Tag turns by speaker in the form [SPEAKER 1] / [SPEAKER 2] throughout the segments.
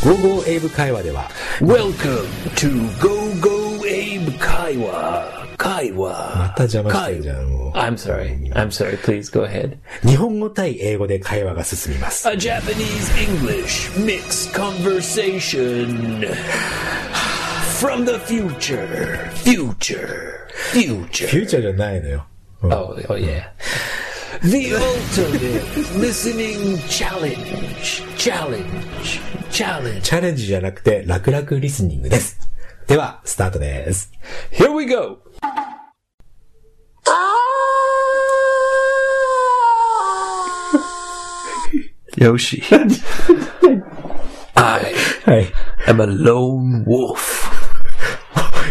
[SPEAKER 1] GoGo 英語会話では
[SPEAKER 2] Welcome to Go Go Abe Kaiwa. Kaiwa.
[SPEAKER 1] また邪魔してるじゃん
[SPEAKER 2] Kaiwa.
[SPEAKER 1] もう
[SPEAKER 2] I'm sorry. I'm sorry. Please go ahead.
[SPEAKER 1] 日本語対英語で会話が進みます
[SPEAKER 2] A Japanese English mixed conversation from the future. Future. Future.
[SPEAKER 1] フューチャーじゃないのよ、うん
[SPEAKER 2] Oh, oh yeah. The ultimate listening challenge. Challenge. Challenge.
[SPEAKER 1] チャレンジじゃなくて楽々リスニングですではスタートです
[SPEAKER 2] Here we go.
[SPEAKER 3] よし。
[SPEAKER 2] I
[SPEAKER 1] はい
[SPEAKER 2] am a lone wolf.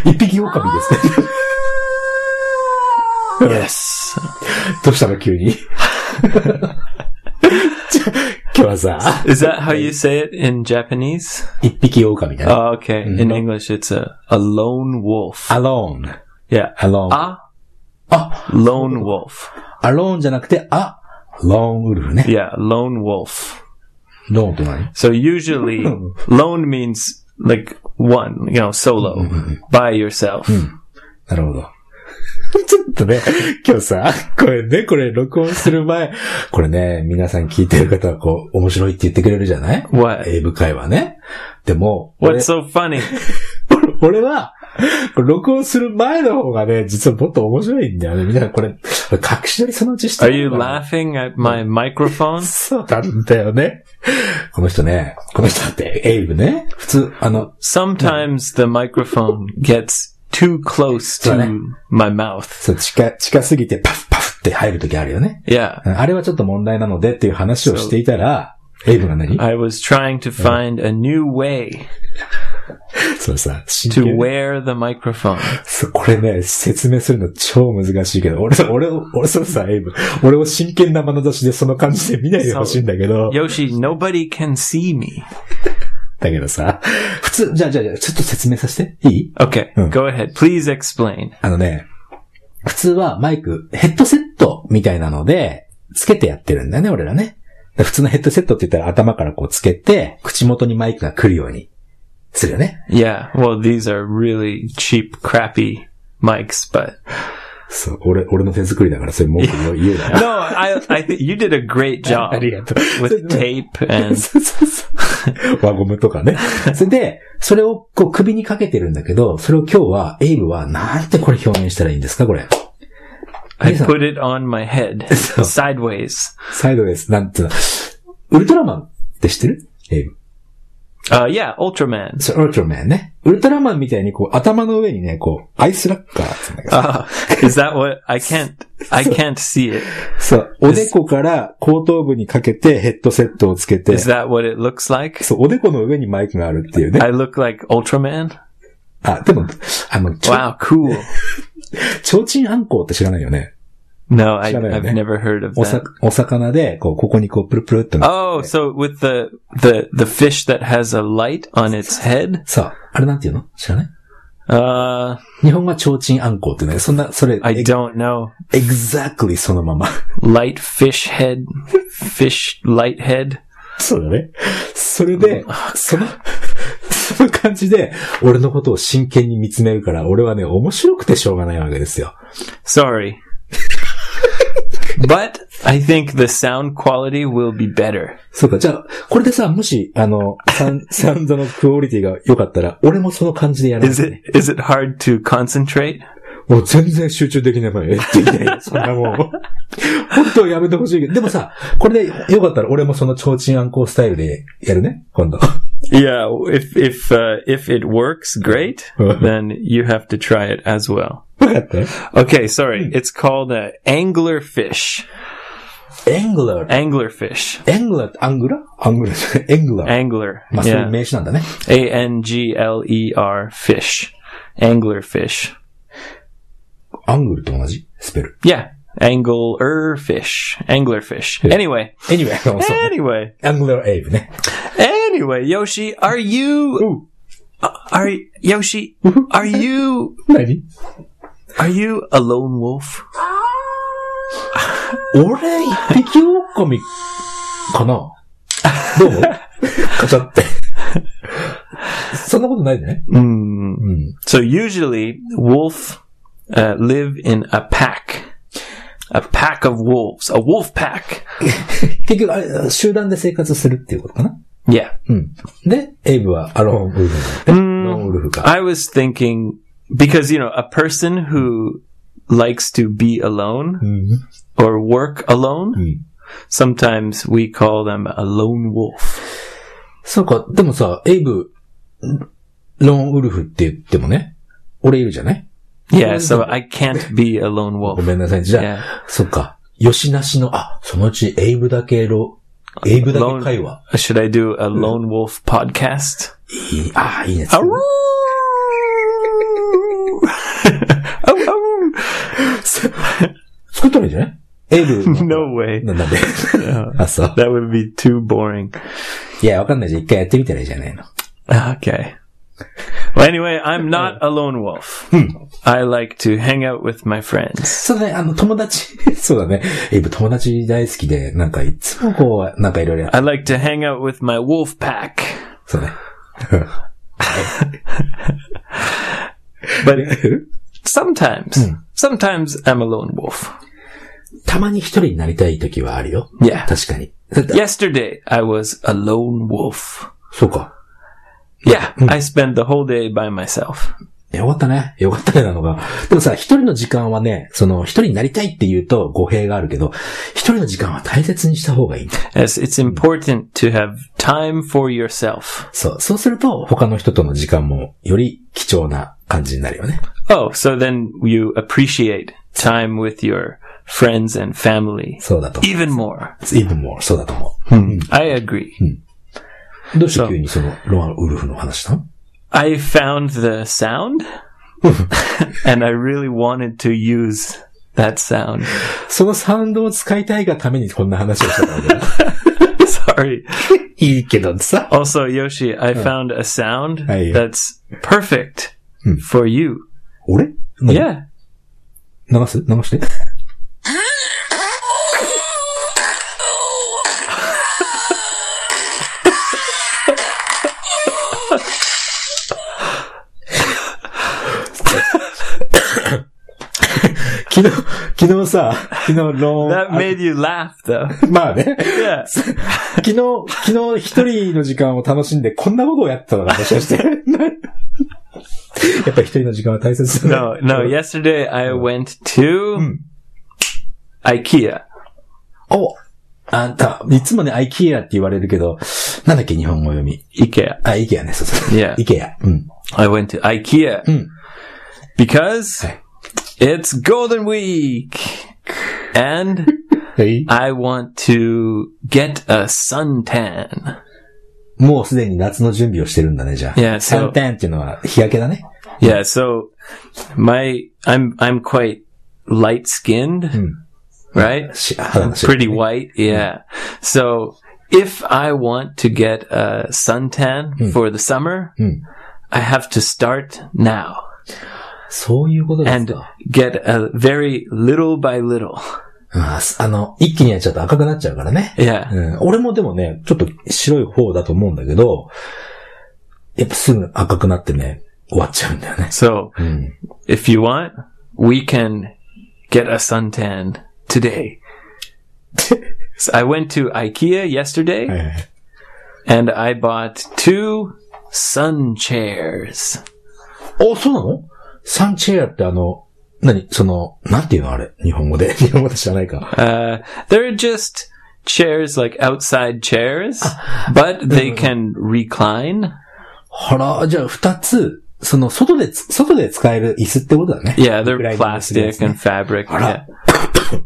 [SPEAKER 1] 一匹狼 ですね
[SPEAKER 2] Yes.
[SPEAKER 1] どうしたの急にじゃ 今日はさ
[SPEAKER 3] Is that how you say it in Japanese?
[SPEAKER 1] 一匹狼だね
[SPEAKER 3] Oh, okay. In English, it's a, a lone wolf.
[SPEAKER 1] alone
[SPEAKER 3] Yeah.
[SPEAKER 1] alone
[SPEAKER 3] A lone wolf.
[SPEAKER 1] alone じゃなくてあ lone wolf ね
[SPEAKER 3] Yeah, lone wolf.
[SPEAKER 1] lone って何
[SPEAKER 3] So usually, lone means like one, you know, solo, by yourself.
[SPEAKER 1] なるほど。 ちょっとね、今日さ、これね、これ録音する前、これね、皆さん聞いてる方はこう、面白いって言ってくれるじゃない
[SPEAKER 3] What?
[SPEAKER 1] 英語会話ね。でも、俺
[SPEAKER 3] What's so funny?
[SPEAKER 1] 俺 は、これ録音する前の方がね、実はもっと面白いんだよね。みんなこれ、これ隠し撮りそのうちして
[SPEAKER 3] Are
[SPEAKER 1] る
[SPEAKER 3] you
[SPEAKER 1] んだよ
[SPEAKER 3] laughing at my microphone?
[SPEAKER 1] そうなんだよね。この人ね、この人だって、エイブね、普通、あの、
[SPEAKER 3] Sometimes the microphone gets too close
[SPEAKER 1] Sorry.
[SPEAKER 3] to my mouth.
[SPEAKER 1] そう近、近すぎてパフパフって入る時あるよね。
[SPEAKER 3] Yeah.
[SPEAKER 1] うんあれはちょっと問題なのでっていう話をしていたら、エイブが何
[SPEAKER 3] I was trying to find a new way
[SPEAKER 1] それさ、真剣
[SPEAKER 3] to
[SPEAKER 1] に
[SPEAKER 3] wear the microphone.
[SPEAKER 1] そうこれね、説明するの超難しいけど、俺、俺を、俺そうさ、エイブ、俺を真剣な眼差しでその感じで見ないでほしいんだけど、
[SPEAKER 3] Yoshi, nobody can see me.
[SPEAKER 1] だけどさ、普通、じゃあじゃあじゃあちょっと説明させて、いい
[SPEAKER 3] Okay,
[SPEAKER 1] Hmm.
[SPEAKER 3] go ahead. Please explain.
[SPEAKER 1] あのね、普通はマイク、ヘッドセットみたいなので、つけてやってるんだよね、俺らね。で普通のヘッドセットって言ったら頭からこうつけて、口元にマイクが来るようにするよね。
[SPEAKER 3] Yeah, well, these are really cheap, crappy mics, but
[SPEAKER 1] そう、俺、俺の手作りだからそれ文句言う言うなよ。
[SPEAKER 3] no, I, I think you did a great job
[SPEAKER 1] とう
[SPEAKER 3] with tape
[SPEAKER 1] そう
[SPEAKER 3] and
[SPEAKER 1] そうそう。輪ゴムとか ね。それで、それをこう首にかけてるんだけど、それを今日は、エイブは、なんてこれ表現したらいいんですかこれ。
[SPEAKER 3] I put it on my head sideways.
[SPEAKER 1] サイドです。なんていうの。ウルトラマンって知ってるエイブ。
[SPEAKER 3] Uh, yeah, Ultraman.
[SPEAKER 1] そう、ウルトラマンね。ウルトラマンみたいにこう、頭の上にね、こう、アイスラッカーって言うんだけど
[SPEAKER 3] Uh, is that what I can't? I can't see it.
[SPEAKER 1] そう、おでこから後頭部にかけてヘッドセットをつけて
[SPEAKER 3] Is、that what it looks like?
[SPEAKER 1] そう、おでこの上にマイクがあるっていうね。
[SPEAKER 3] I look like Ultraman.
[SPEAKER 1] あ、でも、あの、ちょ、
[SPEAKER 3] Wow, cool.
[SPEAKER 1] ちょうちんあんこうって知らないよね。
[SPEAKER 3] No, I,
[SPEAKER 1] Shut up,
[SPEAKER 3] I've
[SPEAKER 1] man.
[SPEAKER 3] never heard of
[SPEAKER 1] おさ
[SPEAKER 3] that.、
[SPEAKER 1] お魚で、こう、ここにこう、プルプルっと。
[SPEAKER 3] Oh, so with the the the fish that has a light on its head.
[SPEAKER 1] さあ、あれなんていうの知らない
[SPEAKER 3] Uh,
[SPEAKER 1] 日本は提灯あんこうってね、そんな、それ、
[SPEAKER 3] I
[SPEAKER 1] え
[SPEAKER 3] don't know.
[SPEAKER 1] exactly そのま ま。
[SPEAKER 3] Light fish head, fish light head.
[SPEAKER 1] そうだね。それで、その、 その感じで、俺のことを真剣に見つめるから、俺はね、面白くてしょうがないわけですよ。
[SPEAKER 3] Sorry, but I think the sound quality will be better.
[SPEAKER 1] そうか、じゃあ、これでさ、もし、あの、サン、 サウンドのクオリティが良かったら、俺もその感じでやらない
[SPEAKER 3] Is it is it hard to concentrate?
[SPEAKER 1] もう全然集中できない。えって言いたい。そんなもん。本当はやめてほしいけど。でもさ、これでよかったら俺もその提灯あんこうスタイルでやるね。今度。
[SPEAKER 3] Yeah, if if uh, if it works, great. then you have to try it as well.
[SPEAKER 1] 分かったよ
[SPEAKER 3] Okay, sorry. It's called uh, angler fish.
[SPEAKER 1] エングラー。
[SPEAKER 3] Angler fish.
[SPEAKER 1] エングラーってアングラアングラじゃない。エングラー。
[SPEAKER 3] Angler.
[SPEAKER 1] まあ、そういう
[SPEAKER 3] Yeah.
[SPEAKER 1] 名詞なんだね。
[SPEAKER 3] A N G L E R fish. Angler fish.
[SPEAKER 1] アングルと同じスペル。
[SPEAKER 3] Yeah. Angler fish. Angler fish. Anyway.
[SPEAKER 1] Anyway, そう。
[SPEAKER 3] Anyway.
[SPEAKER 1] アングラーエイブね。
[SPEAKER 3] Anyway, Yoshi, are you uh, are Yoshi, are you
[SPEAKER 1] 何
[SPEAKER 3] are you a lone wolf?
[SPEAKER 1] 俺、一匹 狼かなどう思うカチャって。なことないでね。う
[SPEAKER 3] Mm.
[SPEAKER 1] ん。
[SPEAKER 3] So usually wolf uh, live in a pack, a pack of wolves, a wolf pack.
[SPEAKER 1] 結局、あれ、集団で生活するっていうことかな
[SPEAKER 3] Yeah.
[SPEAKER 1] うん。で、エイブはアローンウルフ。えローンウルフか。
[SPEAKER 3] I was thinking because you know a person who likes to be alone
[SPEAKER 1] うん。
[SPEAKER 3] or work alone,
[SPEAKER 1] Mm.
[SPEAKER 3] sometimes we call them a lone wolf.
[SPEAKER 1] そうか、でもさ、エイブ、ローンウルフって言ってもね、俺いるじゃない
[SPEAKER 3] Yeah, so I can't be a lone
[SPEAKER 1] ご
[SPEAKER 3] wolf.
[SPEAKER 1] めんなさい。じゃ
[SPEAKER 3] Yeah.
[SPEAKER 1] あ、そっか。吉なしの、あ、そのうちエイブだけロ、エイブだけ会話。
[SPEAKER 3] Should I do a lone wolf podcast?
[SPEAKER 1] いい、ああ、いいね。
[SPEAKER 3] Oh,
[SPEAKER 1] 作ったらいいんじゃないエイブ。
[SPEAKER 3] no way.
[SPEAKER 1] ななんで あ、そう。
[SPEAKER 3] That would be too boring.
[SPEAKER 1] いや、わかんないじゃん。一回やってみたらいいじゃないの。
[SPEAKER 3] Okay. Well, anyway, I'm not a lone wolf. I like to hang out with my friends.
[SPEAKER 1] そうだね、あの、友達。 そうだね。エイブ友達大好きで、なんかいつもこう、なんかいろいろやっ
[SPEAKER 3] I like to hang out with my wolf pack.
[SPEAKER 1] そうね。
[SPEAKER 3] But sometimes, sometimes I'm a lone wolf.
[SPEAKER 1] たまに一人になりたい時はあるよ。
[SPEAKER 3] Yeah.
[SPEAKER 1] 確かに。だって
[SPEAKER 3] Yesterday, I was a lone wolf.
[SPEAKER 1] そうか。
[SPEAKER 3] Yeah, I spent the whole day by myself.
[SPEAKER 1] よかったね。よかったねなのが。でもさ、一人の時間はね、その、一人になりたいって言うと語弊があるけど、一人の時間は大切にした方がいい。
[SPEAKER 3] As it's important to have time for yourself.
[SPEAKER 1] そう。そうすると、他の人との時間も、より貴重な感じになるよね。
[SPEAKER 3] Oh, so then you appreciate time with your friends and family
[SPEAKER 1] そうだと思
[SPEAKER 3] even more.
[SPEAKER 1] う。イブも、そうだと思
[SPEAKER 3] I agree.
[SPEAKER 1] う。どうし
[SPEAKER 3] そ
[SPEAKER 1] て
[SPEAKER 3] う
[SPEAKER 1] 急にその、ロアン・ウルフの話したの
[SPEAKER 3] I found the sound and I really wanted to use that sound.
[SPEAKER 1] そのサウンドを使いたいがためにこんな話をしたの
[SPEAKER 3] Sorry.
[SPEAKER 1] いいけどさ。
[SPEAKER 3] Also, Yoshi, I found a sound
[SPEAKER 1] Oh. Hey.
[SPEAKER 3] that's perfect
[SPEAKER 1] Hmm.
[SPEAKER 3] for you.
[SPEAKER 1] 俺
[SPEAKER 3] Yeah.
[SPEAKER 1] 流す流して。昨日、昨日さ、昨日ローン、
[SPEAKER 3] That made you laugh though.
[SPEAKER 1] まあね、
[SPEAKER 3] Yeah.
[SPEAKER 1] 昨日、昨日一人の時間を楽しんでこんなことをやってたのか、もしかして。やっぱ一人の時間は大切だね。
[SPEAKER 3] No, no, yesterday I went
[SPEAKER 1] Hmm.
[SPEAKER 3] to IKEA.
[SPEAKER 1] おあんた、いつもね、IKEA って言われるけど、なんだっけ、日本語読み。
[SPEAKER 3] IKEA.
[SPEAKER 1] あ、IKEA ね、そうそう。
[SPEAKER 3] Yeah.
[SPEAKER 1] IKEA。うん。
[SPEAKER 3] I went to IKEA
[SPEAKER 1] Hmm.
[SPEAKER 3] because
[SPEAKER 1] Hey.
[SPEAKER 3] it's Golden Week and
[SPEAKER 1] はい。
[SPEAKER 3] I want to get a suntan.
[SPEAKER 1] もうすでに夏の準備をしてるんだね、じゃあ。
[SPEAKER 3] いやそう
[SPEAKER 1] サンタンっていうのは日焼けだね。
[SPEAKER 3] Yeah, so my I'm I'm quite light skinned, right?
[SPEAKER 1] し肌の白
[SPEAKER 3] Pretty white, yeah. So if I want to get a suntan for the summer, I have to start now
[SPEAKER 1] そういうことです
[SPEAKER 3] and
[SPEAKER 1] か。
[SPEAKER 3] get a very little by little.
[SPEAKER 1] ああの、一気にやっちゃうと赤くなっちゃうからね。
[SPEAKER 3] Yeah.
[SPEAKER 1] うん、俺もでもね、ちょっと白い方だと思うんだけど、やっぱすぐ赤くなってね、終わっちゃうんだよね。
[SPEAKER 3] So
[SPEAKER 1] うん。
[SPEAKER 3] if you want, we can get a suntan today. so I went to IKEA yesterday
[SPEAKER 1] はいはい
[SPEAKER 3] and I bought two sun chairs.
[SPEAKER 1] お、そうなのサンチェアってあの、何その、なんていうのあれ日本語で。日本語で知らないか。
[SPEAKER 3] Uh, they're just chairs like outside chairs, but they can recline.
[SPEAKER 1] ほら、じゃあ二つ、その、外でつ、外で使える椅子ってことだね。
[SPEAKER 3] Yeah,
[SPEAKER 1] リクライ
[SPEAKER 3] they're
[SPEAKER 1] ニングするやつ
[SPEAKER 3] plastic
[SPEAKER 1] ね
[SPEAKER 3] and fabric.
[SPEAKER 1] あ
[SPEAKER 3] Yeah.
[SPEAKER 1] ら、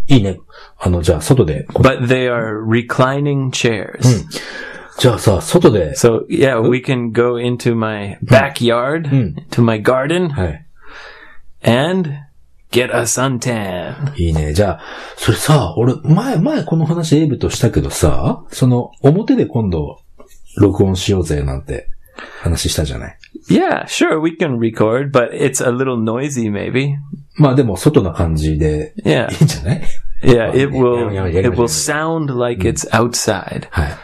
[SPEAKER 1] いいね。あの、じゃあ外で。こ
[SPEAKER 3] But they are reclining chairs.
[SPEAKER 1] Hmm. じゃあさ、外で。
[SPEAKER 3] So yeah, we can go into my
[SPEAKER 1] Hmm.
[SPEAKER 3] backyard, to my garden,
[SPEAKER 1] はい。
[SPEAKER 3] and get a suntan.
[SPEAKER 1] いいね。じゃあ、それさ、俺、前、前この話エイブとしたけどさ、その、表で今度、録音しようぜなんて、話したじゃない。
[SPEAKER 3] Yeah, sure, we can record, but it's a little noisy maybe.
[SPEAKER 1] まあでも、外な感じで、
[SPEAKER 3] Yeah.
[SPEAKER 1] いいんじゃない
[SPEAKER 3] Yeah, it
[SPEAKER 1] Yeah,
[SPEAKER 3] will
[SPEAKER 1] yeah, yeah, yeah,
[SPEAKER 3] it
[SPEAKER 1] yeah.
[SPEAKER 3] will sound like it's outside.
[SPEAKER 1] はい。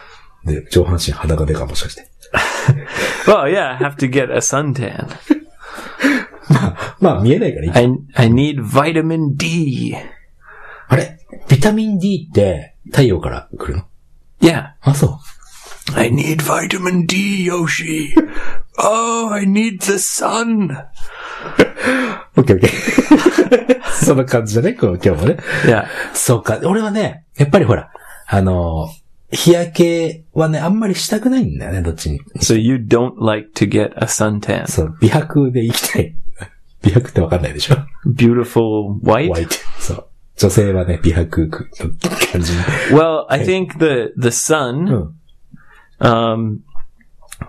[SPEAKER 1] で、上半身裸でかもしかして。
[SPEAKER 3] Well, yeah, I have to get a suntan.
[SPEAKER 1] まあ見えないからいい。
[SPEAKER 3] I I need vitamin D.
[SPEAKER 1] あれビタミン D って太陽から来るの
[SPEAKER 3] Yeah,
[SPEAKER 1] あ、そう。
[SPEAKER 3] I need vitamin D, Yoshi. Oh, I need the sun.
[SPEAKER 1] オッケーオッケー。 そんな感じだね、こう今日もね。
[SPEAKER 3] Yeah,
[SPEAKER 1] そうか。俺はね、やっぱりほら、あのー日焼けはね、あんまりしたくないんだよね、どっちに。
[SPEAKER 3] so you don't like to get a suntan.
[SPEAKER 1] そう、美白で行きたい。 美白ってわかんないでしょ
[SPEAKER 3] Beautiful white.
[SPEAKER 1] ホワイト。そう。女性はね、美白く感じ。
[SPEAKER 3] Well, I think the the sun
[SPEAKER 1] うん。
[SPEAKER 3] um,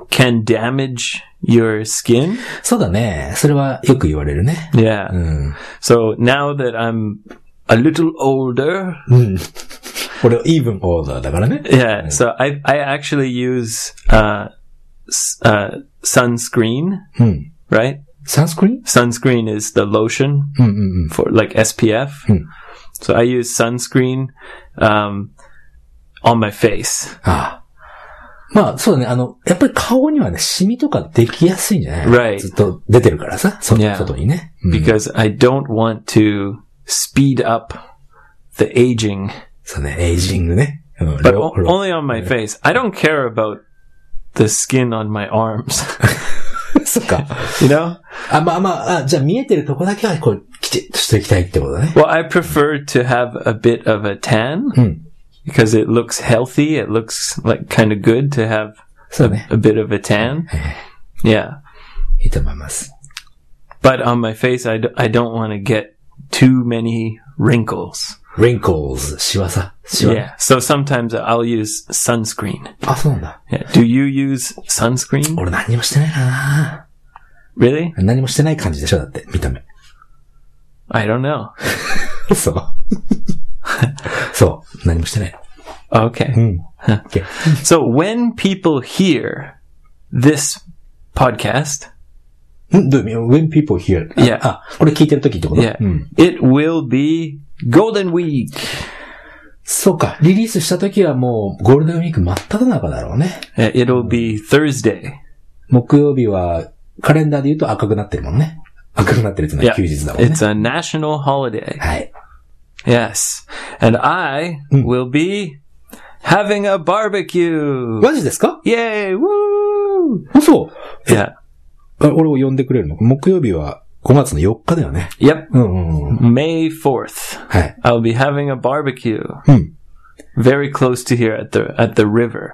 [SPEAKER 3] can damage your skin.
[SPEAKER 1] そうだね。それはよく言われるね。
[SPEAKER 3] Yeah.
[SPEAKER 1] うん。
[SPEAKER 3] So now that I'm a little older,
[SPEAKER 1] うん。俺、even older だからね。
[SPEAKER 3] yeah. So I I actually use uh, s- uh, sunscreen,
[SPEAKER 1] うん。
[SPEAKER 3] right?
[SPEAKER 1] サンスクリーン
[SPEAKER 3] Sunscreen is the lotion
[SPEAKER 1] うんうんうん。
[SPEAKER 3] for like SPF. So I use sunscreen um, on my face.
[SPEAKER 1] ああ。まあ、そうだね。あの、やっぱり顔にはね、シミとかできやすいんじゃない
[SPEAKER 3] Right.
[SPEAKER 1] ずっと出てるからさ、そ
[SPEAKER 3] Yeah.
[SPEAKER 1] 外にね。うん
[SPEAKER 3] because I don't want to speed up the aging,
[SPEAKER 1] そうね、エイジングね。うん、
[SPEAKER 3] but
[SPEAKER 1] 老
[SPEAKER 3] o- only on my face. I don't care about the skin on my arms.
[SPEAKER 1] そっか。
[SPEAKER 3] you know?
[SPEAKER 1] あ、まあまあ、あじゃあ見えてるとこだけは、こう、きちっとしていきたいってことね。
[SPEAKER 3] Well, I prefer to have a bit of a tan because it looks healthy. It looks like kind of good to have
[SPEAKER 1] そうね。
[SPEAKER 3] a bit of a tan. Yeah.
[SPEAKER 1] いいと思います。
[SPEAKER 3] But on my face, I, d- I don't want to get too many wrinkles.
[SPEAKER 1] wrinkles, シワさ。シワ。
[SPEAKER 3] Yeah. So sometimes I'll use sunscreen.
[SPEAKER 1] あ、そうなんだ。
[SPEAKER 3] Yeah. Do you use sunscreen?
[SPEAKER 1] 俺何にもしてないな
[SPEAKER 3] Really?
[SPEAKER 1] 何もしてない感じでしょだって、見た目。
[SPEAKER 3] I don't know.
[SPEAKER 1] そう。 そう。何もしてない。
[SPEAKER 3] Okay.
[SPEAKER 1] うん。OK
[SPEAKER 3] So when people hear this podcast,
[SPEAKER 1] うん、どういう意味 ?when people hear. あ
[SPEAKER 3] Yeah.
[SPEAKER 1] あ、これ聞いてる時ってこと
[SPEAKER 3] yeah,
[SPEAKER 1] うん。
[SPEAKER 3] it will be Golden Week.
[SPEAKER 1] そうか。リリースした時はもう、ゴールデンウィーク真っ只中だろうね。
[SPEAKER 3] Uh, It'll be Thursday.
[SPEAKER 1] 木曜日は、カレンダーで言うと赤くなってるもんね。赤くなってるっての
[SPEAKER 3] Yeah.
[SPEAKER 1] は休日だもんね。
[SPEAKER 3] It's a national holiday.
[SPEAKER 1] はい。
[SPEAKER 3] Yes. And I will be having a barbecue.
[SPEAKER 1] マジですか
[SPEAKER 3] Yay! Woo!
[SPEAKER 1] そう。
[SPEAKER 3] Yeah.
[SPEAKER 1] あ俺を呼んでくれるの木曜日は5月の4日だよね。
[SPEAKER 3] Yep.
[SPEAKER 1] うんうんうん。
[SPEAKER 3] May 4th.
[SPEAKER 1] はい。
[SPEAKER 3] I'll be having a barbecue
[SPEAKER 1] うん。
[SPEAKER 3] very close to here at the at the river.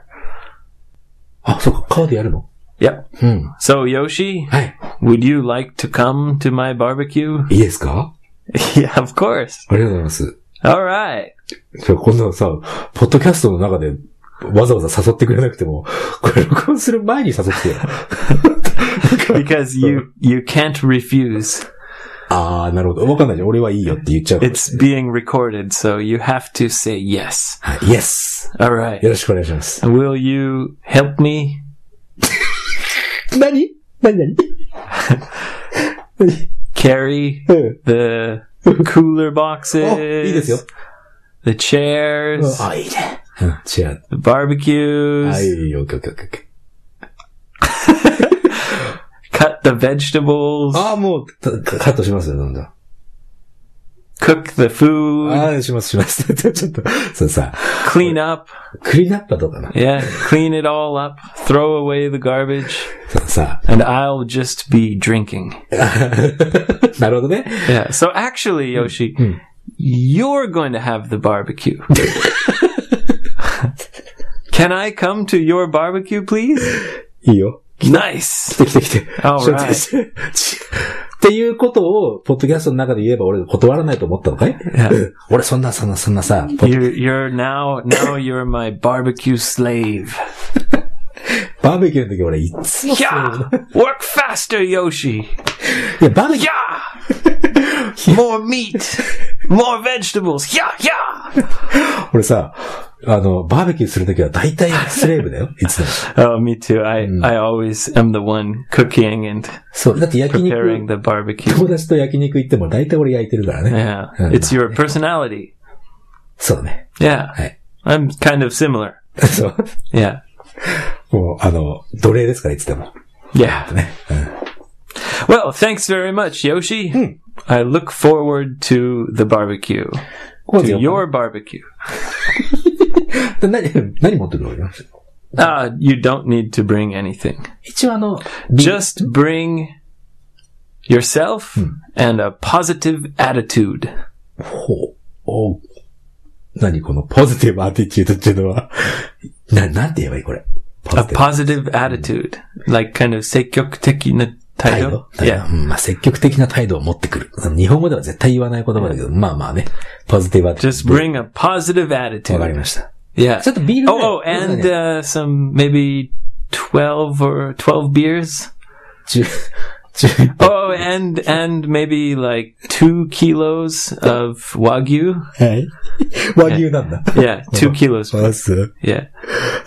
[SPEAKER 1] あ、そうか。川でやるの
[SPEAKER 3] Yep.
[SPEAKER 1] うん。
[SPEAKER 3] So Yoshi,
[SPEAKER 1] はい。
[SPEAKER 3] Would you like to come to my barbecue?
[SPEAKER 1] いいですか
[SPEAKER 3] yeah, of course.
[SPEAKER 1] ありがとうございます。
[SPEAKER 3] All right.
[SPEAKER 1] 今日こんなのさ、ポッドキャストの中でわざわざ誘ってくれなくても、これ録音する前に誘って よ。
[SPEAKER 3] Because you you can't refuse.
[SPEAKER 1] あー、なるほど。わかんないじゃん。俺はいいよって言っちゃうから。
[SPEAKER 3] It's being recorded, so you have to say yes.
[SPEAKER 1] はい、イエス
[SPEAKER 3] All right.
[SPEAKER 1] よろしくお願いします。
[SPEAKER 3] Will you help me?
[SPEAKER 1] 何何何
[SPEAKER 3] Carry
[SPEAKER 1] うん。
[SPEAKER 3] the cooler boxes,
[SPEAKER 1] お、いいですよ。
[SPEAKER 3] the chairs,
[SPEAKER 1] あ、いいね。うん、チェア
[SPEAKER 3] the barbecues,
[SPEAKER 1] はい、いいよ、オッケーオッケーオッケー。
[SPEAKER 3] cut the vegetables,
[SPEAKER 1] あー、もう、たカットしますよ、どんどん。
[SPEAKER 3] cook the food,
[SPEAKER 1] ああ、します、します。ちょっと、そうさ、
[SPEAKER 3] clean up,
[SPEAKER 1] クリーンアップはどうかな
[SPEAKER 3] yeah, clean it all up, throw away the garbage.
[SPEAKER 1] そうさ、
[SPEAKER 3] and I'll just be drinking.
[SPEAKER 1] なるほどね。
[SPEAKER 3] Yeah. So actually, Yoshi, you're going to have the barbecue. Can I come to your barbecue, please?
[SPEAKER 1] いいよ。
[SPEAKER 3] Nice.
[SPEAKER 1] 来て来て来て。
[SPEAKER 3] All
[SPEAKER 1] 承知
[SPEAKER 3] right.
[SPEAKER 1] してっていうことを、ポッドキャストの中で言えば俺断らないと思ったのかい
[SPEAKER 3] や
[SPEAKER 1] うん俺そんな、そんな、そんなさ、ポ
[SPEAKER 3] You're, you're now now you're my barbecue slave.
[SPEAKER 1] バーベキューの時俺いつもそう
[SPEAKER 3] Yeah. Work faster, Yoshi.
[SPEAKER 1] いや、バーベキュー
[SPEAKER 3] Yeah. More meat. More vegetables. Yeah, yeah.
[SPEAKER 1] 俺さ、あの、バーベキューするときは大体スレーブだよ、いつでも。
[SPEAKER 3] Oh, me too. I I always am the one cooking and
[SPEAKER 1] そう、だって焼肉
[SPEAKER 3] preparing、the barbecue.
[SPEAKER 1] 友達と焼肉行っても大体俺焼いてるからね。
[SPEAKER 3] Yeah. It's your personality.
[SPEAKER 1] そうだね。
[SPEAKER 3] Yeah.
[SPEAKER 1] Right.
[SPEAKER 3] I'm kind of similar.
[SPEAKER 1] そう。
[SPEAKER 3] Yeah.
[SPEAKER 1] もう、あの、奴隷ですから、いつでも。
[SPEAKER 3] Yeah. Well, thanks very much, Yoshi. I look forward to the barbecue.
[SPEAKER 1] で
[SPEAKER 3] To your barbecue.
[SPEAKER 1] 何、何持ってくるの
[SPEAKER 3] Ah, you don't need to bring anything.
[SPEAKER 1] 一応あの、
[SPEAKER 3] Just bring yourself and a positive attitude.
[SPEAKER 1] ほう、おう何このポジティブアティチュードっていうのは、な、なんて言えばいいこれ。ポ
[SPEAKER 3] A
[SPEAKER 1] ジティブ。
[SPEAKER 3] positive attitude. Like kind
[SPEAKER 1] 態度
[SPEAKER 3] of 積極的な態度?
[SPEAKER 1] 態度
[SPEAKER 3] Yeah.
[SPEAKER 1] うんまあ、積極的な態度を持ってくる。日本語では絶対言わない言葉だけど、まあまあね。ポジティブアティチュー
[SPEAKER 3] Just bring a positive
[SPEAKER 1] ド。わかり
[SPEAKER 3] attitude.
[SPEAKER 1] ました。
[SPEAKER 3] Yeah.
[SPEAKER 1] ちょっとビールぐらいど
[SPEAKER 3] Oh, oh,
[SPEAKER 1] う
[SPEAKER 3] and
[SPEAKER 1] ですかね
[SPEAKER 3] uh, some maybe 12 or 12 beers.
[SPEAKER 1] 中、中、
[SPEAKER 3] Oh, and and maybe like two kilos of wagyu.
[SPEAKER 1] はい。 和牛なんだ。
[SPEAKER 3] Yeah, two kilos.
[SPEAKER 1] そうす。
[SPEAKER 3] Yeah.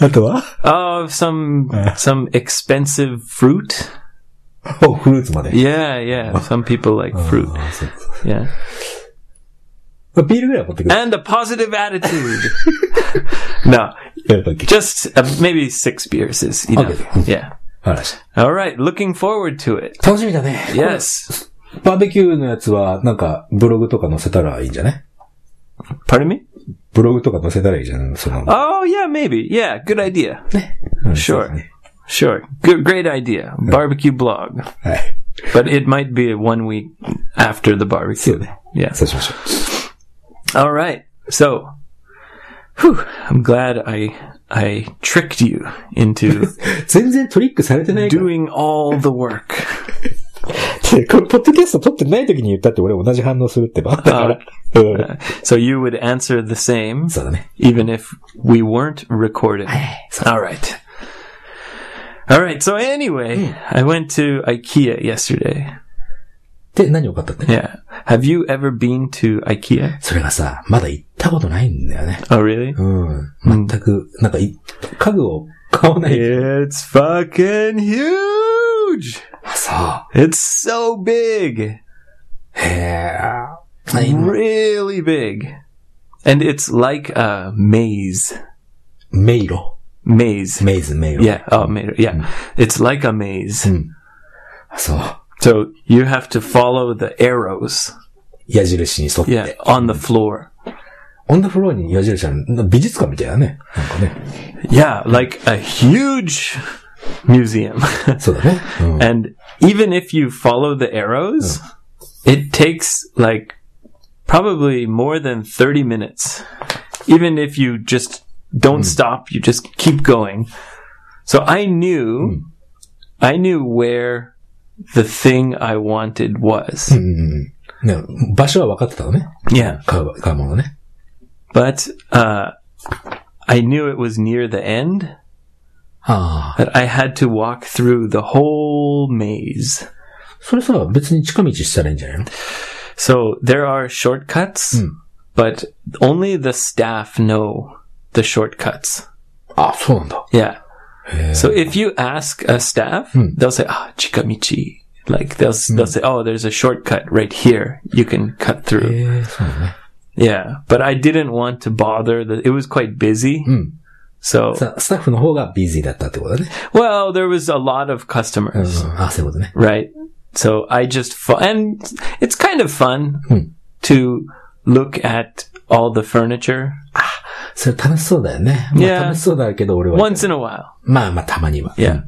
[SPEAKER 1] あとは
[SPEAKER 3] Oh, some some expensive fruit.
[SPEAKER 1] お、フルーツまで。
[SPEAKER 3] Yeah, yeah. Some people like fruit.
[SPEAKER 1] あそうそう
[SPEAKER 3] Yeah.
[SPEAKER 1] まあビールぐらいは持ってくる。
[SPEAKER 3] And a positive attitude. no,
[SPEAKER 1] やっぱり
[SPEAKER 3] just uh, maybe six beers is enough.
[SPEAKER 1] Okay.
[SPEAKER 3] Yeah.
[SPEAKER 1] わかりました
[SPEAKER 3] All right. Looking forward to it.
[SPEAKER 1] 楽しみだね。
[SPEAKER 3] Yes.
[SPEAKER 1] バーベキューのやつは、なんか、ブログとか載せたらいいんじゃない
[SPEAKER 3] Pardon me.
[SPEAKER 1] ブログとか載せたらいいじゃん。その、
[SPEAKER 3] Oh, yeah, maybe. Yeah, good idea.
[SPEAKER 1] うん
[SPEAKER 3] Sure.
[SPEAKER 1] そうですね
[SPEAKER 3] Sure. Good, great idea. Barbecue blog.
[SPEAKER 1] はい。
[SPEAKER 3] But it might be one week after the barbecue.
[SPEAKER 1] So-
[SPEAKER 3] Yeah.
[SPEAKER 1] そうしましょう。
[SPEAKER 3] All right. So, whew, I'm glad I I tricked you into
[SPEAKER 1] 全然トリックされてないから。
[SPEAKER 3] doing all the work.
[SPEAKER 1] これ、ポッドキャスト撮ってない時に言ったって俺同じ反応するってばあったから。うん。
[SPEAKER 3] So you would answer the same
[SPEAKER 1] そうだね。
[SPEAKER 3] even if we weren't recording. All right. All right. So anyway, I went to IKEA yesterday.
[SPEAKER 1] で、何を買ったって
[SPEAKER 3] Yeah. Have you ever been to IKEA?
[SPEAKER 1] それがさ、まだ行ったことないんだよね。
[SPEAKER 3] Oh, really?
[SPEAKER 1] うん。全く、なんかい、家具を買わない。
[SPEAKER 3] It's fucking huge.
[SPEAKER 1] さ
[SPEAKER 3] It's so big.
[SPEAKER 1] あ。へえ。はい
[SPEAKER 3] Really big. And it's like a maze.
[SPEAKER 1] 迷路。
[SPEAKER 3] Maze.
[SPEAKER 1] メイズ、迷路。
[SPEAKER 3] Yeah. Oh, maze. Yeah. It's like a maze.
[SPEAKER 1] あそう。
[SPEAKER 3] So you have to follow the arrows.
[SPEAKER 1] 矢印に沿って。
[SPEAKER 3] Yeah. On the floor.
[SPEAKER 1] オンダフローに矢印ある。美術館みたいだ ね。なんかね。
[SPEAKER 3] Yeah. Like a huge museum.
[SPEAKER 1] そうだね。うん。
[SPEAKER 3] And even if you follow the arrows, it takes like probably more than 30 minutes. Even if you just don't stop, you just keep going. So I knew, I knew where the thing I wanted was.
[SPEAKER 1] ね場所は分かってたのね。
[SPEAKER 3] Yeah.
[SPEAKER 1] 買う、買うものね。
[SPEAKER 3] But, uh, I knew it was near the end,
[SPEAKER 1] ああ。
[SPEAKER 3] but I had to walk through the whole maze.
[SPEAKER 1] それさ、別に近道したらいいんじゃないの
[SPEAKER 3] So there are shortcuts, but only the staff know the shortcuts.
[SPEAKER 1] あそうなんだ。
[SPEAKER 3] Yeah.
[SPEAKER 1] Yeah.
[SPEAKER 3] So if you ask a staff, they'll say, ah, Chikamichi. Like they'll, they'll say, oh, there's a shortcut right here. You can cut
[SPEAKER 1] え
[SPEAKER 3] through.
[SPEAKER 1] え、そうだね。
[SPEAKER 3] Yeah. But I didn't want to bother. The, it was quite busy. So,
[SPEAKER 1] さ、スタッフの方がビーズィーだったってことだね。
[SPEAKER 3] well, there was a lot of customers,
[SPEAKER 1] あそういうことね。
[SPEAKER 3] right? So I just, fo- and it's kind of fun to look at all the furniture
[SPEAKER 1] それ楽しそうだよね。まあ
[SPEAKER 3] Yeah.
[SPEAKER 1] 楽しそうだけど俺は。
[SPEAKER 3] once in a while.
[SPEAKER 1] まあまあたまには。
[SPEAKER 3] Yeah.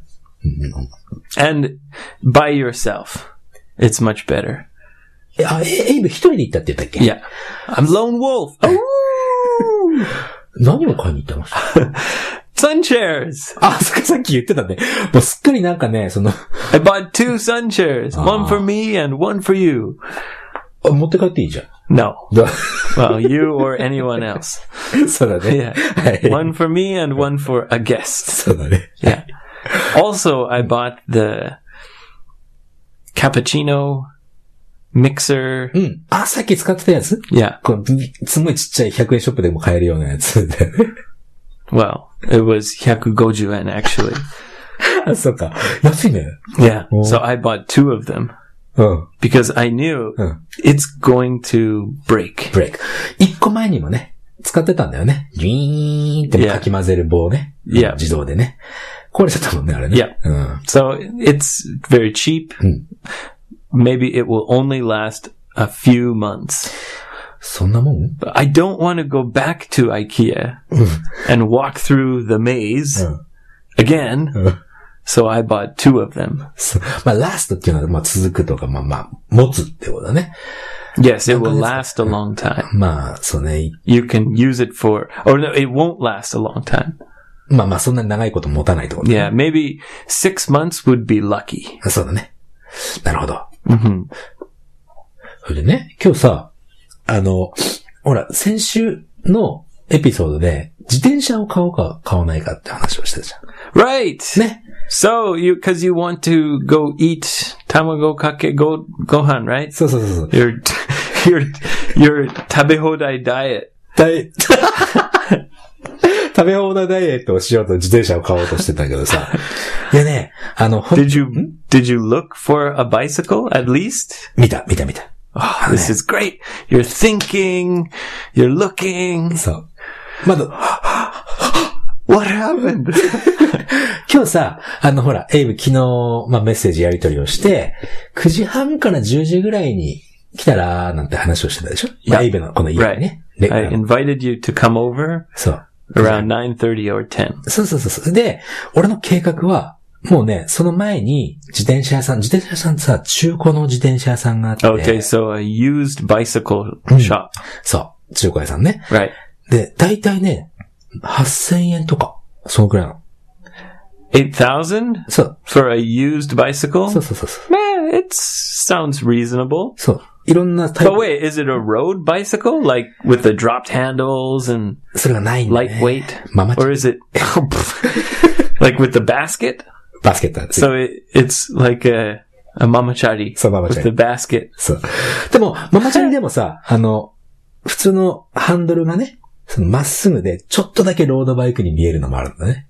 [SPEAKER 3] And by yourself, it's much better.
[SPEAKER 1] えあ、えエイブ一人で行ったって言ったっけ
[SPEAKER 3] Yeah. I'm Lone Wolf. Oh,
[SPEAKER 1] 何を買いに行ったの
[SPEAKER 3] sun chairs.
[SPEAKER 1] あ、そっかさっき言ってたね。もうすっかりなんかね、その、
[SPEAKER 3] I bought two sun chairs, one for me and one for you.
[SPEAKER 1] あ持って帰っていい じゃん。
[SPEAKER 3] No.
[SPEAKER 1] だ
[SPEAKER 3] Well, you or anyone else.
[SPEAKER 1] そうだね。
[SPEAKER 3] Yeah.
[SPEAKER 1] はい。
[SPEAKER 3] One for me and one for a guest.
[SPEAKER 1] そうだね。
[SPEAKER 3] Yeah. Also, I bought the cappuccino mixer.
[SPEAKER 1] うん。あ、さっき使ってたやつ
[SPEAKER 3] Yeah.
[SPEAKER 1] こうすごいちっちゃい100円ショップでも買えるようなやつ だよね。
[SPEAKER 3] Well, it was hyakugoju yen actually.
[SPEAKER 1] あ、そうか。安いね。
[SPEAKER 3] Yeah. So I bought two of them.
[SPEAKER 1] うん。
[SPEAKER 3] because I knew
[SPEAKER 1] Hmm.
[SPEAKER 3] it's going to break.
[SPEAKER 1] ブレイク。一個前にもね、使ってたんだよね。ギュイーンってかき混ぜる棒ね。
[SPEAKER 3] Yeah.
[SPEAKER 1] 自動でね。壊れちゃったもんね、あれね。
[SPEAKER 3] いや
[SPEAKER 1] うん。
[SPEAKER 3] So it's very cheap.
[SPEAKER 1] Hmm.
[SPEAKER 3] Maybe it will only last a few months.
[SPEAKER 1] そんなもん
[SPEAKER 3] But I don't want to go back to IKEA and walk through the maze
[SPEAKER 1] Hmm.
[SPEAKER 3] again.
[SPEAKER 1] Hmm.
[SPEAKER 3] So I bought two of them.
[SPEAKER 1] そうまあ、ラストっていうのは、まあ、続くとか、まあまあ、持つってことだね。
[SPEAKER 3] Yes, it will
[SPEAKER 1] that's-
[SPEAKER 3] last a long time.
[SPEAKER 1] まあ、そうね。
[SPEAKER 3] You can use it for, or no, it won't last a long time.
[SPEAKER 1] まあまあ、そんなに長いこと持たないってことだね
[SPEAKER 3] Yeah, maybe six months would be lucky.
[SPEAKER 1] そうだね。なるほど。
[SPEAKER 3] hmm
[SPEAKER 1] それでね、今日さ、あの、ほら、先週のエピソードで、自転車を買おうか買わないかって話をしてたじゃ
[SPEAKER 3] Right.
[SPEAKER 1] ん。ね。
[SPEAKER 3] So you, because you want to go eat tamago kake go gohan, right?
[SPEAKER 1] そうそうそうそう。
[SPEAKER 3] Your your your tabehodai diet.
[SPEAKER 1] ダイ 食べ放題ダイエットをしようと自転車を買おうとしてたけどさ。いやね、あの、ほん
[SPEAKER 3] Did you did you look for a bicycle at least?
[SPEAKER 1] 見た、見た、見た。
[SPEAKER 3] Oh, this is great. You're thinking, you're looking.
[SPEAKER 1] そう。まだ、
[SPEAKER 3] What happened?
[SPEAKER 1] 今日さ、あのほら、エイブ昨日、まあ、メッセージやり取りをして、9時半から10時ぐらいに来たら、なんて話をしてたでしょ、まあ、
[SPEAKER 3] Yeah.
[SPEAKER 1] エイブのこの家にね。で
[SPEAKER 3] I
[SPEAKER 1] あの
[SPEAKER 3] invited you to come over
[SPEAKER 1] そう。
[SPEAKER 3] around 9:30 or 10.
[SPEAKER 1] そうそうそうそう。で、俺の計画は、もうね、その前に、自転車屋さん、自転車屋さんさ、中古の自転車屋さんがあって、
[SPEAKER 3] Okay, so a used bicycle shop.
[SPEAKER 1] そう、中古屋さんね。
[SPEAKER 3] Right.
[SPEAKER 1] で、だいたいね、8000円とか、そのくらいの。
[SPEAKER 3] 8,000
[SPEAKER 1] そう、
[SPEAKER 3] for a used bicycle?
[SPEAKER 1] そうそうそうそう。
[SPEAKER 3] Man, it sounds reasonable.
[SPEAKER 1] そう。いろんなタイ
[SPEAKER 3] But
[SPEAKER 1] プ、
[SPEAKER 3] wait, is it a road bicycle? Like with the dropped handles and
[SPEAKER 1] それがないんだ、ね。
[SPEAKER 3] lightweight?
[SPEAKER 1] ママチ
[SPEAKER 3] Or is it like with the basket?
[SPEAKER 1] バスケットだ
[SPEAKER 3] So it, it's like a, a mamachari
[SPEAKER 1] So mamachari.
[SPEAKER 3] with the basket.
[SPEAKER 1] そう。でも、ママチャリでもさ、あの、普通のハンドルがね、そのまっすぐで、ちょっとだけロードバイクに見えるのもあるんだね。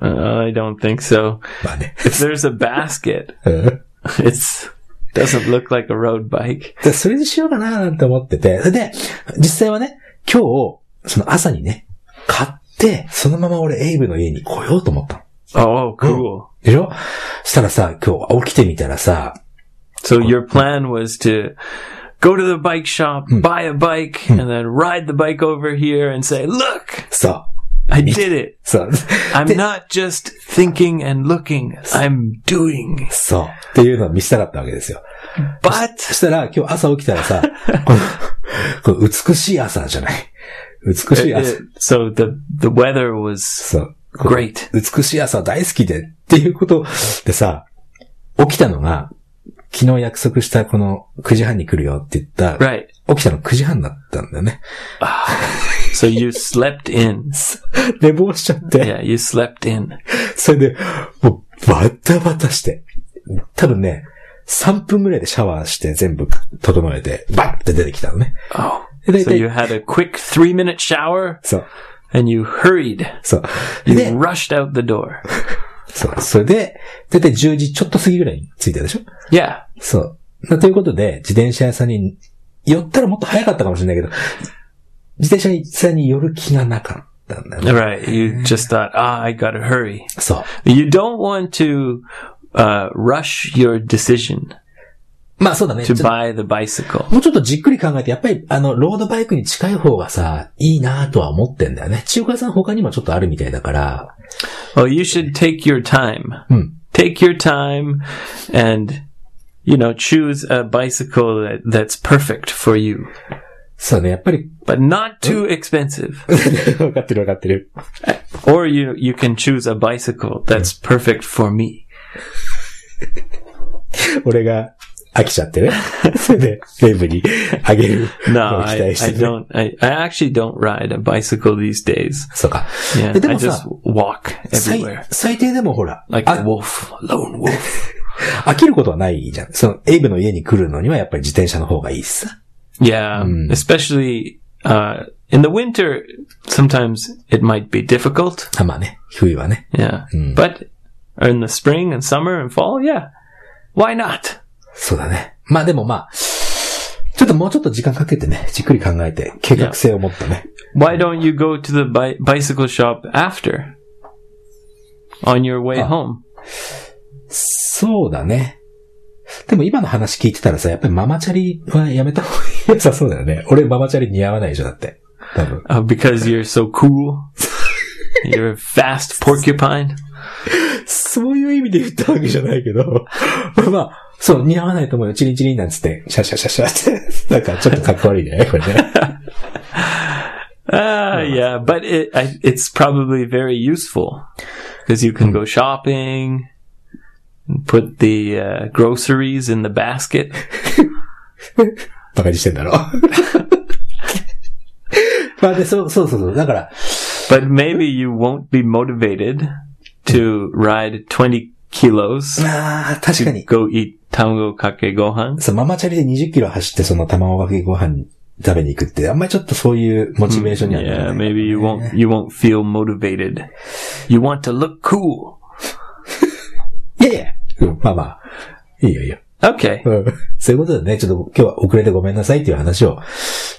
[SPEAKER 3] Uh, I don't think so.
[SPEAKER 1] まあね。
[SPEAKER 3] If there's a basket,
[SPEAKER 1] うん。
[SPEAKER 3] it's doesn't look like a road bike.
[SPEAKER 1] でそれにしようかななんて思ってて。それで、実際はね、今日、その朝にね、買って、そのまま俺エイブの家に来ようと思ったの。
[SPEAKER 3] Oh, cool.
[SPEAKER 1] でしょしたらさ、今日起きてみたらさ、
[SPEAKER 3] So your plan was to go to the bike shop, buy a bike, and then ride the bike over here and say, "Look,
[SPEAKER 1] そう、
[SPEAKER 3] I did it.
[SPEAKER 1] そう、
[SPEAKER 3] I'm not just thinking and looking. I'm doing."
[SPEAKER 1] そう、っていうのを見せたかったわけですよ。そ
[SPEAKER 3] But
[SPEAKER 1] したら、今日朝起きたらさ、この、この美しい朝じゃない。美しい
[SPEAKER 3] it-
[SPEAKER 1] 朝。
[SPEAKER 3] it- so the the weather was
[SPEAKER 1] そう。この
[SPEAKER 3] great.
[SPEAKER 1] 美しい朝大好きでっていうことでさ、起きたのが、昨日約束したこの9時半に来るよって言った、
[SPEAKER 3] Right.
[SPEAKER 1] 起きたの9時半だったんだよね。
[SPEAKER 3] So you slept in.
[SPEAKER 1] 寝坊しちゃって、
[SPEAKER 3] Yeah, you slept in.
[SPEAKER 1] それで、もうバタバタして、多分ね、3分ぐらいでシャワーして全部整えて、バッて出てきたのね。
[SPEAKER 3] Oh.
[SPEAKER 1] で、大
[SPEAKER 3] So
[SPEAKER 1] 体
[SPEAKER 3] you had a quick three minute shower
[SPEAKER 1] そう、
[SPEAKER 3] and you hurried.
[SPEAKER 1] そう。
[SPEAKER 3] You
[SPEAKER 1] で、
[SPEAKER 3] rushed out the door.
[SPEAKER 1] そう、それで、大体10時ちょっと過ぎぐらいに着いたでしょ
[SPEAKER 3] Yeah.
[SPEAKER 1] そう。まあということで、自転車屋さんに、寄ったらもっと早かったかもしれないけど、自転車屋さんに寄る気がなかったんだよね。
[SPEAKER 3] Right. You just thought, ah, I gotta hurry.
[SPEAKER 1] そう。
[SPEAKER 3] You don't want to uh, rush your decision
[SPEAKER 1] まあそうだね。ち
[SPEAKER 3] to
[SPEAKER 1] ょっと
[SPEAKER 3] buy the bicycle.
[SPEAKER 1] もうちょっとじっくり考えて、やっぱり、あの、ロードバイクに近い方がさ、いいなとは思ってんだよね。中華屋さん他にもちょっとあるみたいだから、
[SPEAKER 3] Well, you should take your time.
[SPEAKER 1] Hmm.
[SPEAKER 3] Take your time and, you know, choose a bicycle that, that's perfect for you,
[SPEAKER 1] そうね、やっぱり、
[SPEAKER 3] but not too expensive.
[SPEAKER 1] わかってるわかってる。
[SPEAKER 3] Or you, you can choose a bicycle that's perfect for me.
[SPEAKER 1] 俺が飽きちゃって ね。それで、レイブにあげる。
[SPEAKER 3] No,
[SPEAKER 1] 期
[SPEAKER 3] I,
[SPEAKER 1] 待し
[SPEAKER 3] I
[SPEAKER 1] てね。
[SPEAKER 3] don't. I, I actually don't ride a bicycle these days.
[SPEAKER 1] そうか。
[SPEAKER 3] Yeah,
[SPEAKER 1] えで
[SPEAKER 3] I
[SPEAKER 1] も
[SPEAKER 3] just
[SPEAKER 1] さ、
[SPEAKER 3] walk
[SPEAKER 1] 最
[SPEAKER 3] everywhere
[SPEAKER 1] 最低でもほら、
[SPEAKER 3] like
[SPEAKER 1] あ
[SPEAKER 3] a wolf, lone wolf.
[SPEAKER 1] 飽きることはないじゃん。その、エイブの家に来るのにはやっぱり自転車の方がいいしさ。
[SPEAKER 3] Yeah, especially uh, in the winter. Sometimes it might be difficult.
[SPEAKER 1] あまあね、冬はね。
[SPEAKER 3] Yeah, but or in the spring and summer and fall, yeah, why not?
[SPEAKER 1] そうだね。まあでもまあ、ちょっともうちょっと時間かけてね、じっくり考えて、計画性を持ったね。
[SPEAKER 3] Why don't you go to the bi- bicycle shop after? on your way home.
[SPEAKER 1] そうだね。でも今の話聞いてたらさ、やっぱりママチャリはやめた方が良さそうだよね。俺ママチャリ似合わないでしょ、だって。多分。
[SPEAKER 3] Oh, because you're so cool. you're a fast porcupine.
[SPEAKER 1] そういう意味で言ったわけじゃないけど。 まあ、そう、似合わないと思うよ。チリンチリンなんつって、シャシャシャシャって。なんかちょっとかっこ悪いね、これね。
[SPEAKER 3] Ah, yeah, but it I, it's probably very useful because you can go shopping, and put the uh, groceries in the basket.
[SPEAKER 1] バカにしてんだろ。まあで、そうそうそうそう。だから、
[SPEAKER 3] But maybe you won't be motivated to ride 20 kilos
[SPEAKER 1] ああ、確か
[SPEAKER 3] to
[SPEAKER 1] に。
[SPEAKER 3] go eat tango kake gohan.
[SPEAKER 1] そう、ママチャリで20キロ走ってその卵かけご飯食べに行くって、あんまりちょっとそういうモチベーションにはならない
[SPEAKER 3] Yeah, maybe you won't you won't feel motivated. You want to look cool.
[SPEAKER 1] いやいや、うん、まあまあ、いいよいいよ。
[SPEAKER 3] Okay.
[SPEAKER 1] うん。そういうことでね、ちょっと今日は遅れてごめんなさいっていう話を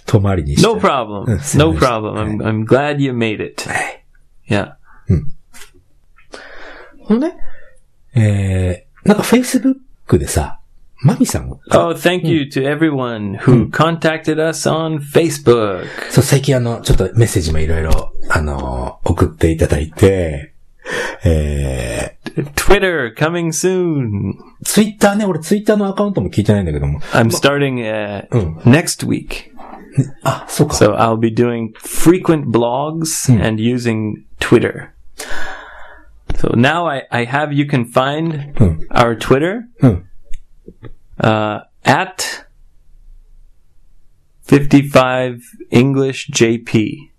[SPEAKER 1] 遠回りにして。
[SPEAKER 3] No problem.
[SPEAKER 1] Yes,
[SPEAKER 3] No
[SPEAKER 1] yes.
[SPEAKER 3] problem. I'm I'm glad you made it. Yeah.
[SPEAKER 1] ほんで、えー、なんか Facebook でさ、マミさんも、
[SPEAKER 3] Oh, thank you to everyone who contacted us on Facebook.
[SPEAKER 1] そう、最近あの、ちょっとメッセージもいろいろ、あのー送っていただいて、え
[SPEAKER 3] Twitter coming soon.
[SPEAKER 1] ー、ツイッターね、俺ツイッターのアカウントも聞いてないんだけども、
[SPEAKER 3] I'm starting uh,
[SPEAKER 1] Mm.
[SPEAKER 3] next week.
[SPEAKER 1] あ、そうか。
[SPEAKER 3] So I'll be doing frequent blogs and using Twitter. So now I, I have, you can find
[SPEAKER 1] Mm.
[SPEAKER 3] our Twitter
[SPEAKER 1] Mm.
[SPEAKER 3] uh, at 55 English JP.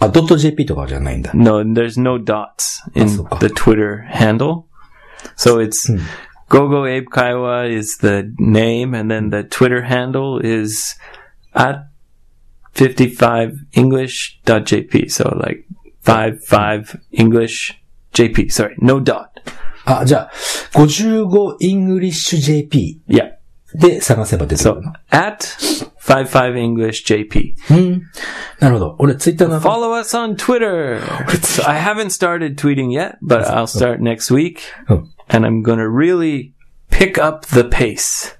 [SPEAKER 1] あ、ドット .jp とかじゃないんだ。
[SPEAKER 3] No, and there's no dots in
[SPEAKER 1] That's okay.
[SPEAKER 3] the Twitter handle. So it's Gogo Abe Kaiwa is the name, and then the Twitter handle is at 55english.jp. So like 55englishjp. Sorry, no dot.
[SPEAKER 1] あ、じゃあ、55englishjp
[SPEAKER 3] Yeah.
[SPEAKER 1] で探せば出てく
[SPEAKER 3] So
[SPEAKER 1] るの。
[SPEAKER 3] at 55englishjp.
[SPEAKER 1] うん。なるほど。俺ツイッターのアカウント
[SPEAKER 3] Follow us on Twitter. So I haven't started tweeting yet, but I'll start next week.
[SPEAKER 1] Oh.
[SPEAKER 3] And I'm going to really pick up the pace.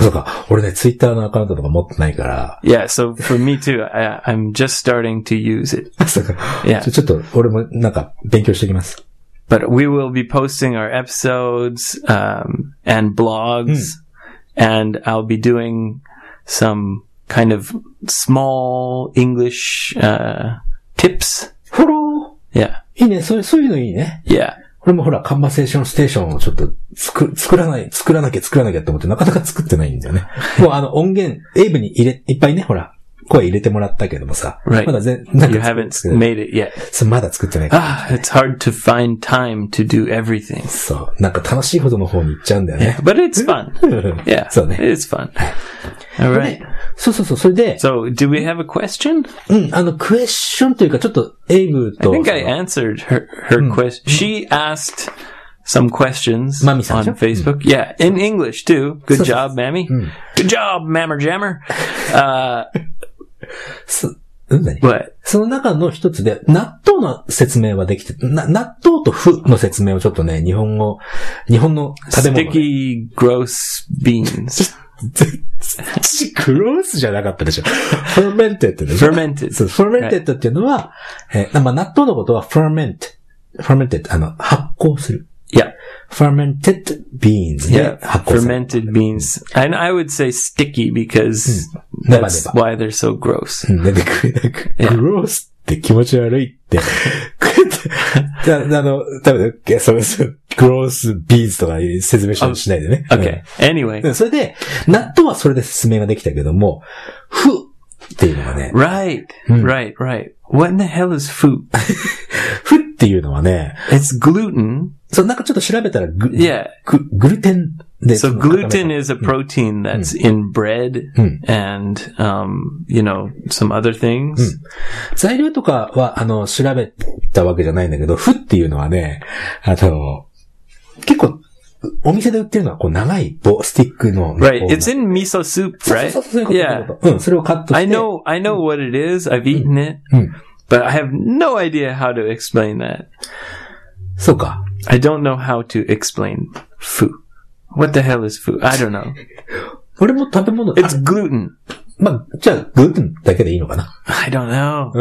[SPEAKER 1] そうか。俺ね、ツイッターのアカウントとか持ってないから。
[SPEAKER 3] Yeah, so for me too, I, I'm just starting to use it.
[SPEAKER 1] そうか。
[SPEAKER 3] Yeah.
[SPEAKER 1] ちょちょっと、俺もなんか、勉強してきます。
[SPEAKER 3] But we will be posting our episodes um, and blogs, and I'll be doing some kind of small English uh, tips.
[SPEAKER 1] フォロ
[SPEAKER 3] Yeah,
[SPEAKER 1] ーいいね、そういう、そういうのいいね。
[SPEAKER 3] yeah.
[SPEAKER 1] 俺もほら、カンバセーションステーションをちょっと、作、作らない、作らなきゃ作らなきゃって思って、なかなか作ってないんだよね。もうあの、音源、エイブに入れ、いっぱいね、ほら、声入れてもらったけどもさ。
[SPEAKER 3] Right.
[SPEAKER 1] まだ全、なん
[SPEAKER 3] You
[SPEAKER 1] か作
[SPEAKER 3] haven't
[SPEAKER 1] ってない、
[SPEAKER 3] made it yet.
[SPEAKER 1] そうまだ作ってないから。
[SPEAKER 3] Ah, it's hard to find time to do everything.
[SPEAKER 1] そう。なんか楽しいことの方に行っちゃうんだよね。
[SPEAKER 3] But it's fun. Yeah.
[SPEAKER 1] そうね。
[SPEAKER 3] It's fun. All
[SPEAKER 1] で
[SPEAKER 3] right.
[SPEAKER 1] そうそうそう。それで、
[SPEAKER 3] So, do we have a question?
[SPEAKER 1] うん、あの、クエスチョンというか、ちょっと、エイブ
[SPEAKER 3] I
[SPEAKER 1] と、
[SPEAKER 3] think I
[SPEAKER 1] その
[SPEAKER 3] answered her her question. She asked some questions on
[SPEAKER 1] Mammy-san, sure.
[SPEAKER 3] Facebook. Yeah, in English too. Good job, Mammy. Good job, Mammer Jammer. Uh,
[SPEAKER 1] すうん、何
[SPEAKER 3] but
[SPEAKER 1] その中の一つで、納豆の説明はできて、な納豆と麩の説明をちょっとね、日本語、日本の食べ物で。
[SPEAKER 3] sticky, gross beans,
[SPEAKER 1] チクロースじゃなかったでしょ。フェ r メンテッドでしょ。
[SPEAKER 3] fermented.
[SPEAKER 1] そう、フェ r メンテッドっていうのは、えーまあ、納豆のことはフェ r メンテッド。フェ r メンテッド、あの、発酵する。
[SPEAKER 3] Yeah,
[SPEAKER 1] フェ r メンテッドビーンズで
[SPEAKER 3] yeah,
[SPEAKER 1] 発酵する。
[SPEAKER 3] fermented beans, and I would say sticky because
[SPEAKER 1] Neba,
[SPEAKER 3] that's
[SPEAKER 1] neba.
[SPEAKER 3] why they're so gross.
[SPEAKER 1] うん出てくる。なんか、グロースって気持ち悪いって。ああの、多分ねそれ、それグロースビーズとかいう説明書しないでね。うん
[SPEAKER 3] Okay. Anyway,
[SPEAKER 1] うんそれで、納豆はそれで説明ができたけども、ふっていうのはね、
[SPEAKER 3] right, right, right. What in the hell is food?
[SPEAKER 1] ふっていうのはね、
[SPEAKER 3] It's gluten.
[SPEAKER 1] そう、なんかちょっと調べたらグ、
[SPEAKER 3] Yeah.
[SPEAKER 1] ググルテンで。
[SPEAKER 3] So
[SPEAKER 1] その
[SPEAKER 3] gluten is a protein that's in bread
[SPEAKER 1] Mm.
[SPEAKER 3] and um, you know some other things.
[SPEAKER 1] 材料とかは、あの、調べたわけじゃないんだけど、ふっていうのはね、あの、結構、お店で売ってるのは、こう、長い棒、スティックの。
[SPEAKER 3] Right.
[SPEAKER 1] こう
[SPEAKER 3] It's in miso soup,
[SPEAKER 1] そう
[SPEAKER 3] right?
[SPEAKER 1] そうそう、そういうこと。そういう
[SPEAKER 3] Yeah. Hmm.
[SPEAKER 1] ことうん、それをカットして。
[SPEAKER 3] I know I know what it is. I've eaten it.
[SPEAKER 1] Mm.
[SPEAKER 3] But I have no idea how to explain that.
[SPEAKER 1] そうか。
[SPEAKER 3] I don't know how to explain foo. What the hell is foo? I don't know.
[SPEAKER 1] 俺も食べ物、
[SPEAKER 3] It's
[SPEAKER 1] あ
[SPEAKER 3] gluten.
[SPEAKER 1] まあ、じゃあ、グルテンだけでいいのかな。
[SPEAKER 3] I don't know.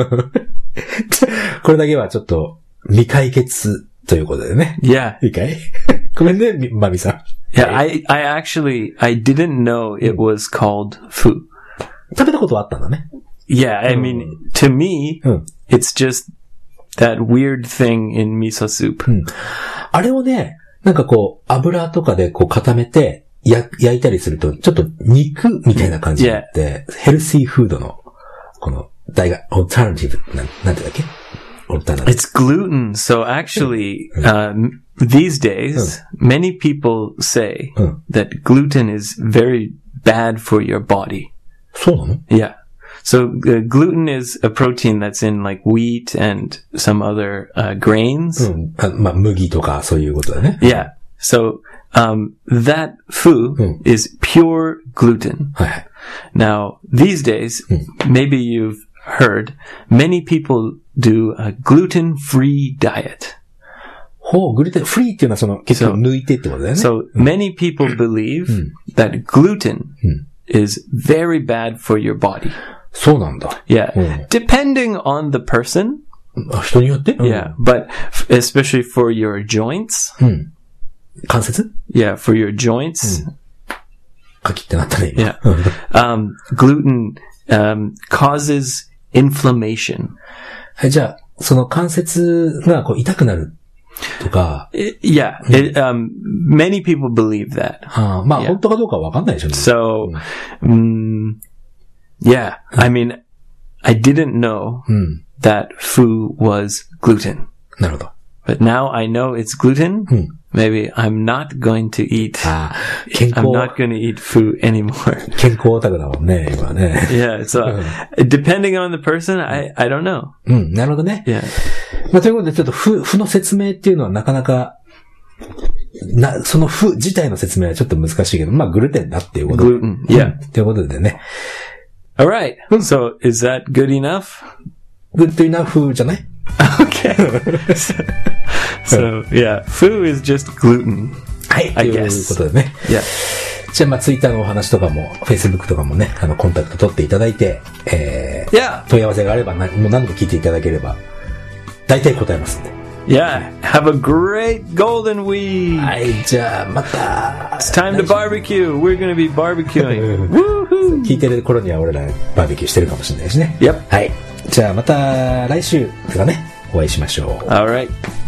[SPEAKER 1] これだけはちょっと、未解決ということでね。
[SPEAKER 3] Yeah.
[SPEAKER 1] いいかい ごめんね、みマミさん。
[SPEAKER 3] Yeah, I, I actually, I didn't know it
[SPEAKER 1] Hmm.
[SPEAKER 3] was called foo.
[SPEAKER 1] 食べたことはあったんだね。
[SPEAKER 3] Yeah, I mean, to me,
[SPEAKER 1] Hmm.
[SPEAKER 3] it's just that weird thing in miso soup.
[SPEAKER 1] あれをね、なんかこう、油とかでこう固めて、や、焼いたりすると、ちょっと肉みたいな感じになって、ヘルシーフードの、この、大が、オルタナティブ、なん、なんてだっけオルタナティ
[SPEAKER 3] It's gluten. So actually,
[SPEAKER 1] Hmm.
[SPEAKER 3] um, these days, many people say
[SPEAKER 1] Hmm.
[SPEAKER 3] that gluten is very bad for your body.
[SPEAKER 1] ブ。そうなの
[SPEAKER 3] Yeah. So uh, gluten is a protein that's in like wheat and some other uh, grains.
[SPEAKER 1] うん。あまあ、麦とかそういうことだね。
[SPEAKER 3] Yeah. So um, that foo
[SPEAKER 1] Hmm.
[SPEAKER 3] is pure gluten.
[SPEAKER 1] はいはい。
[SPEAKER 3] Now these days,
[SPEAKER 1] Hmm.
[SPEAKER 3] maybe you've heard many people do a gluten-free diet.
[SPEAKER 1] ほう、グルテン、フリーっていうのはその、結局抜いてってことだよね。
[SPEAKER 3] So many
[SPEAKER 1] Hmm.
[SPEAKER 3] people believe that gluten is very bad for your body.
[SPEAKER 1] そうなんだ。
[SPEAKER 3] Yeah.
[SPEAKER 1] Hmm.
[SPEAKER 3] Depending on the person.
[SPEAKER 1] あ人によって、うん
[SPEAKER 3] Yeah. But f- especially for your joints.
[SPEAKER 1] Hmm. 関節
[SPEAKER 3] Yeah. For your joints.
[SPEAKER 1] Hmm. カキってなったね、今。
[SPEAKER 3] Yeah. um, gluten um, causes inflammation.
[SPEAKER 1] はい、じゃあ、その関節がこう痛くなるとか、
[SPEAKER 3] I- yeah. It, um, many people believe that.
[SPEAKER 1] あーまあ、
[SPEAKER 3] Yeah.
[SPEAKER 1] 本当かどうかはわかんないでしょうね。
[SPEAKER 3] So, mm, yeah. I mean, I didn't know
[SPEAKER 1] うん。
[SPEAKER 3] that foo was gluten.
[SPEAKER 1] なるほど。
[SPEAKER 3] But now I know it's gluten.
[SPEAKER 1] Hmm. Ah,
[SPEAKER 3] Maybe I'm not going to eat.
[SPEAKER 1] ああ、健康
[SPEAKER 3] I'm、not going to eat foo anymore.
[SPEAKER 1] 健康オタクだもんね、今ね。
[SPEAKER 3] yeah. So depending on the person, I, I don't know.
[SPEAKER 1] うん、なるほどね。
[SPEAKER 3] Yeah.
[SPEAKER 1] まあ、ということで、ちょっと、負、負の説明っていうのはなかなか、な、その負自体の説明はちょっと難しいけど、まあ、グルテンだっていうこと。
[SPEAKER 3] Gluten. Yeah.
[SPEAKER 1] ということでね。
[SPEAKER 3] All right. So is that good enough?
[SPEAKER 1] グッドイナフじゃない
[SPEAKER 3] Okay. so, so, yeah, foo is just gluten.
[SPEAKER 1] はい。と
[SPEAKER 3] I
[SPEAKER 1] いうことでね。
[SPEAKER 3] Yeah.
[SPEAKER 1] じゃあ、まあ、ツイッターのお話とかも、Facebook とかもね、あの、コンタクト取っていただいて、えー、
[SPEAKER 3] Yeah.
[SPEAKER 1] 問い合わせがあれば、なもう何度聞いていただければ、大体答えますんで。
[SPEAKER 3] Yeah. Have a great golden week.
[SPEAKER 1] はい、じゃあ、また、
[SPEAKER 3] It's time to barbecue. We're going to be barbecuing. Woohoo.
[SPEAKER 1] 聞いてる頃には俺らバーベキューしてるかもしれないしね。
[SPEAKER 3] Yep.
[SPEAKER 1] はい。じゃあ、また来週とかね、お会いしましょう。
[SPEAKER 3] All right.